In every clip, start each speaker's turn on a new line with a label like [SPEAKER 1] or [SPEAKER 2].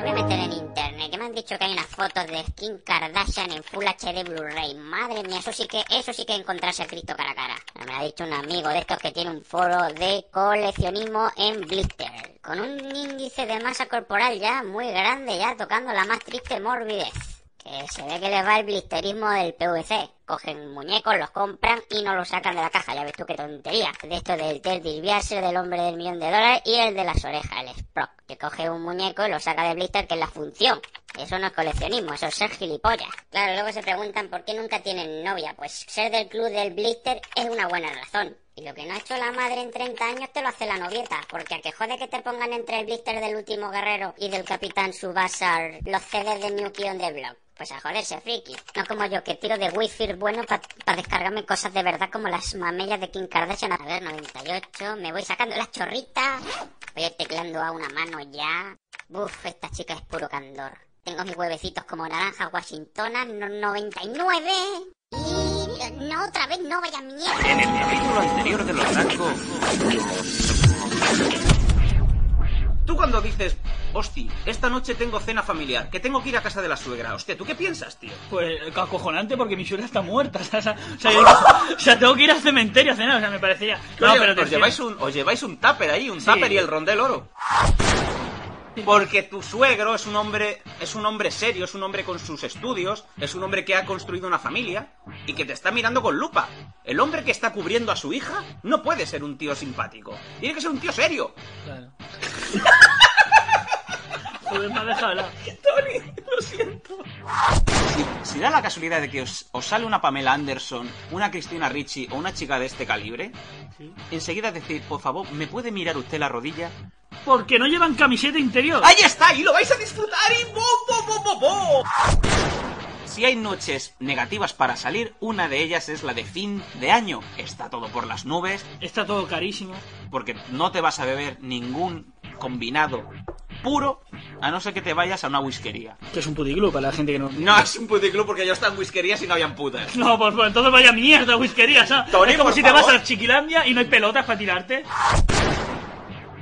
[SPEAKER 1] meter en internet, que me han dicho que hay unas fotos de Skin Kardashian en Full HD Blu-ray. Madre mía, eso sí que, eso sí que encontrarse a Cristo cara a cara. Me lo ha dicho un amigo de estos que tiene un foro de coleccionismo en Blister, con un índice de masa corporal ya muy grande, ya tocando la más triste morbidez. Que se ve que les va el blisterismo del PVC. Cogen muñecos, los compran y no los sacan de la caja. Ya ves tú qué tontería. De esto del del desviarse del hombre del millón de dólares y el de las orejas, el Sprock. Que coge un muñeco y lo saca de blister, que es la función. Eso no es coleccionismo, eso es ser gilipollas. Claro, luego se preguntan por qué nunca tienen novia. Pues ser del club del blister es una buena razón. Y lo que no ha hecho la madre en 30 años te lo hace la novieta, porque a que jode que te pongan entre el blister del último guerrero y del capitán Subasar los CDs de Mewky on the Block. Pues a joderse, friki. No como yo, que tiro de wifi bueno para pa descargarme cosas de verdad como las mamellas de Kim Kardashian. A ver, 98, me voy sacando las chorritas. Voy a ir teclando a una mano ya. Uf, esta chica es puro candor. Tengo mis huevecitos como naranja washingtona, no, 99. Y... No, otra vez no, vaya mierda.
[SPEAKER 2] En el capítulo anterior de los Blanco. Tú cuando dices, hosti, esta noche tengo cena familiar, que tengo que ir a casa de la suegra, hostia, ¿tú qué piensas, tío?
[SPEAKER 3] Pues acojonante porque mi suegra está muerta. O sea, o sea, yo digo, o sea, tengo que ir al cementerio a cenar. O sea, me parecía.
[SPEAKER 2] Que os, lleva-
[SPEAKER 3] te
[SPEAKER 2] os lleváis un, os lleváis un tupper ahí, un tupper y el rondel oro. Porque tu suegro es un hombre, es un hombre serio, es un hombre con sus estudios, es un hombre que ha construido una familia y que te está mirando con lupa. El hombre que está cubriendo a su hija no puede ser un tío simpático. Tiene que ser un tío serio.
[SPEAKER 3] Claro. Joder, me ha dejado helado.
[SPEAKER 2] Tony, lo siento. Si, si da la casualidad de que os, os sale una Pamela Anderson, una Cristina Ricci o una chica de este calibre,
[SPEAKER 3] Sí.
[SPEAKER 2] enseguida decir, por favor, ¿me puede mirar usted la rodilla?
[SPEAKER 3] Porque no llevan camiseta interior.
[SPEAKER 2] ¡Ahí está! ¡Y lo vais a disfrutar! ¡Y bo, bo, bo, bo, bo! Si hay noches negativas para salir, una de ellas es la de fin de año. Está todo por las nubes,
[SPEAKER 3] Está todo carísimo.
[SPEAKER 2] porque no te vas a beber ningún combinado puro, a no ser que te vayas a una whiskería.
[SPEAKER 3] Que es un puticlub para la gente que no.
[SPEAKER 2] No es un puticlub porque yo estaba en whiskerías y no habían putas.
[SPEAKER 3] No, pues, pues, entonces vaya mierda, whiskería, ¿sabes?
[SPEAKER 2] Tony,
[SPEAKER 3] es como
[SPEAKER 2] por
[SPEAKER 3] si te
[SPEAKER 2] favor.
[SPEAKER 3] vas a Chiquilandia y no hay pelotas para tirarte.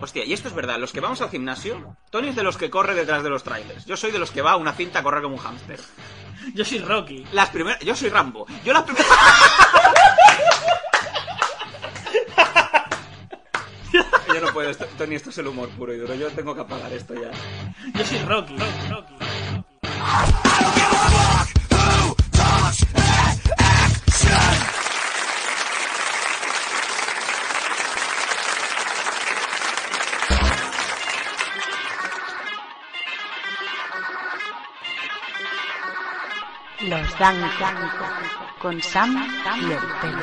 [SPEAKER 2] Hostia, y esto es verdad, los que vamos al gimnasio, Tony es de los que corre detrás de los trailers. Yo soy de los que va a una cinta a correr como un hámster.
[SPEAKER 3] Yo soy Rocky.
[SPEAKER 2] Las primeras... Yo soy Rambo. Yo las primeras... Yo no puedo, esto- Tony, esto es el humor puro y duro. Yo tengo que apagar esto ya.
[SPEAKER 3] Yo soy Rocky. Rocky, Rocky.
[SPEAKER 4] Los Blancos con Sam y el pelo.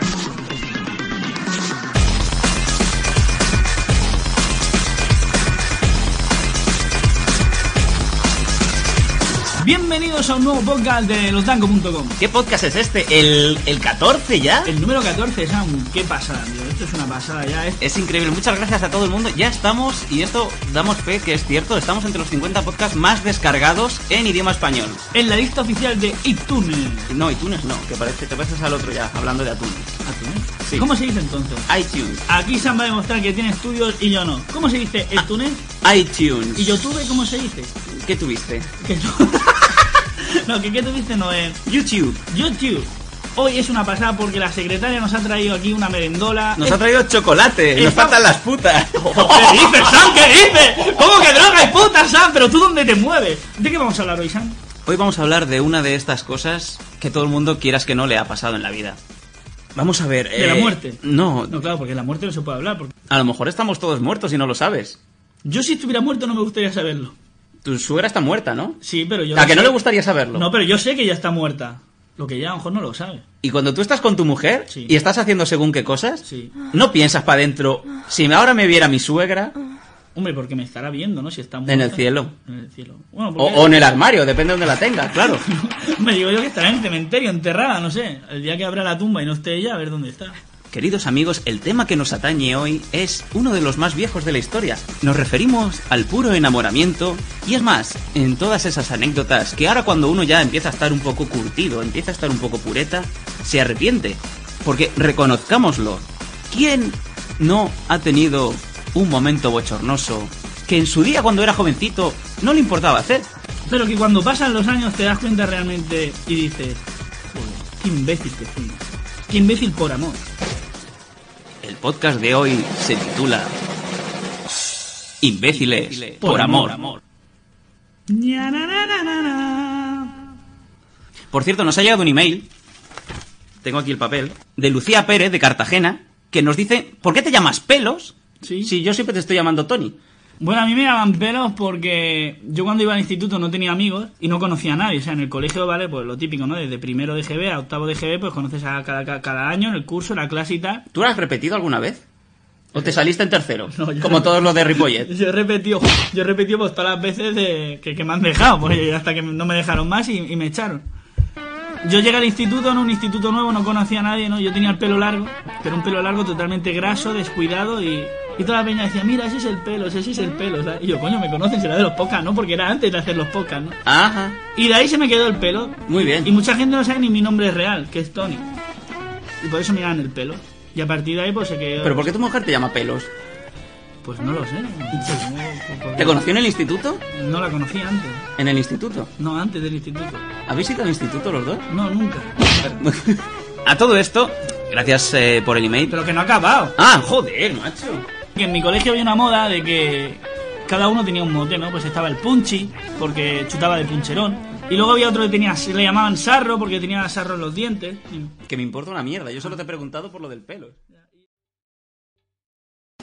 [SPEAKER 3] Bienvenidos a un nuevo podcast de losdango.com.
[SPEAKER 5] ¿Qué podcast es este? ¿El, el 14 ya?
[SPEAKER 3] El número 14, Sam, qué pasada, tío. Esto es una pasada ya. ¿eh? Es-
[SPEAKER 5] Es increíble, muchas gracias a todo el mundo. Ya estamos, y esto damos fe que es cierto, estamos entre los 50 podcasts más descargados en idioma español.
[SPEAKER 3] En la lista oficial de iTunes.
[SPEAKER 5] No, iTunes no, que parece, te pareces al otro ya, hablando de atún. Sí.
[SPEAKER 3] Ah, eh? ¿Cómo se dice entonces?
[SPEAKER 5] iTunes.
[SPEAKER 3] Aquí Sam va a demostrar que tiene estudios y yo no. ¿Cómo se dice iTunes?
[SPEAKER 5] iTunes.
[SPEAKER 3] ¿Y YouTube cómo se dice?
[SPEAKER 5] ¿Qué tuviste?
[SPEAKER 3] Que no. no, que qué tuviste no es.
[SPEAKER 5] YouTube.
[SPEAKER 3] YouTube. Hoy es una pasada porque la secretaria nos ha traído aquí una merendola.
[SPEAKER 5] Nos ha traído chocolate, nos
[SPEAKER 3] Está-
[SPEAKER 5] faltan las putas.
[SPEAKER 3] ¿Qué dices, Sam? ¿Qué dices? ¿Cómo que droga y puta, Sam? ¿Pero tú dónde te mueves? ¿De qué vamos a hablar hoy, Sam?
[SPEAKER 5] Hoy vamos a hablar de una de estas cosas que todo el mundo quieras que no le ha pasado en la vida. Vamos a ver.
[SPEAKER 3] ¿De la
[SPEAKER 5] eh,
[SPEAKER 3] muerte?
[SPEAKER 5] No,
[SPEAKER 3] No, claro, porque de la muerte no se puede hablar. Porque...
[SPEAKER 5] a lo mejor estamos todos muertos y no lo sabes.
[SPEAKER 3] Yo si estuviera muerto no me gustaría saberlo.
[SPEAKER 5] Tu suegra está muerta, ¿no?
[SPEAKER 3] Sí, pero yo...
[SPEAKER 5] A que no
[SPEAKER 3] sé-
[SPEAKER 5] le gustaría saberlo.
[SPEAKER 3] No, pero yo sé que ella está muerta. Lo que ella a lo mejor no lo sabe.
[SPEAKER 5] Y cuando tú estás con tu mujer
[SPEAKER 3] Sí.
[SPEAKER 5] y estás haciendo según qué cosas,
[SPEAKER 3] Sí.
[SPEAKER 5] no piensas para adentro, si ahora me viera mi suegra,
[SPEAKER 3] Ah. Hombre, porque me estará viendo, ¿no? Si está muerta.
[SPEAKER 5] En el cielo.
[SPEAKER 3] En el cielo. Bueno,
[SPEAKER 5] o,
[SPEAKER 3] porque...
[SPEAKER 5] o en el armario, depende de donde la tengas, claro.
[SPEAKER 3] Me digo yo que estará en el cementerio, enterrada, no sé. El día que abra la tumba y no esté ella, a ver dónde está.
[SPEAKER 5] Queridos amigos, el tema que nos atañe hoy es uno de los más viejos de la historia. Nos referimos al puro enamoramiento y es más, en todas esas anécdotas que ahora cuando uno ya empieza a estar un poco curtido, empieza a estar un poco pureta, se arrepiente. Porque reconozcámoslo, ¿quién no ha tenido un momento bochornoso que en su día cuando era jovencito no le importaba hacer?
[SPEAKER 3] Pero que cuando pasan los años te das cuenta realmente y dices, joder, qué imbécil que fui. Qué imbécil por amor.
[SPEAKER 5] El podcast de hoy se titula Imbéciles por
[SPEAKER 3] por
[SPEAKER 5] amor.
[SPEAKER 3] Ña, na, na, na, na, na.
[SPEAKER 5] Por cierto, nos ha llegado un email, tengo aquí el papel, de Lucía Pérez de Cartagena, que nos dice, ¿por qué te llamas pelos?
[SPEAKER 3] Sí.
[SPEAKER 5] Si yo siempre te estoy llamando Tony.
[SPEAKER 3] Bueno, a mí me daban pelos porque yo cuando iba al instituto no tenía amigos y no conocía a nadie. O sea, en el colegio, ¿vale? Pues lo típico, ¿no? Desde primero de GB a octavo de GB, pues conoces a cada, cada, cada año, en el curso, la clase y tal.
[SPEAKER 5] ¿Tú lo has repetido alguna vez? ¿O te saliste en tercero?
[SPEAKER 3] No, yo-
[SPEAKER 5] como todos los de Ripollet.
[SPEAKER 3] Yo he repetido, yo he repetido pues todas las veces de- que, que me han dejado, porque hasta que no me dejaron más y, y me echaron. Yo llegué al instituto, en un instituto nuevo, no conocía a nadie, ¿no? Yo tenía el pelo largo, pero un pelo largo totalmente graso, descuidado y... Y toda la peña decía, mira, ese es el pelo, ese es el pelo. ¿sabes? Y yo, coño, me conocen, será de los pocas, ¿no? Porque era antes de hacer los pocas, ¿no?
[SPEAKER 5] Ajá,
[SPEAKER 3] Y de ahí se me quedó el pelo.
[SPEAKER 5] muy bien.
[SPEAKER 3] Y mucha gente no sabe ni mi nombre real, que es Tony. Y por eso me dan el pelo. Y a partir de ahí, pues se quedó...
[SPEAKER 5] ¿Pero por qué tu mujer te llama pelos?
[SPEAKER 3] Pues no lo sé.
[SPEAKER 5] ¿Te conoció en el instituto?
[SPEAKER 3] No la conocí antes.
[SPEAKER 5] En el instituto.
[SPEAKER 3] No, antes del instituto.
[SPEAKER 5] ¿Habéis ido al instituto los dos?
[SPEAKER 3] No, nunca.
[SPEAKER 5] A todo esto, gracias eh, por el email.
[SPEAKER 3] Pero que no ha acabado.
[SPEAKER 5] Ah, joder, macho.
[SPEAKER 3] Que en mi colegio había una moda de que cada uno tenía un mote, ¿no? Pues estaba el punchi, porque chutaba de puncherón. Y luego había otro que tenía, se le llamaban sarro, porque tenía sarro en los dientes. Y-
[SPEAKER 5] Que me importa una mierda, yo solo te he preguntado por lo del pelo.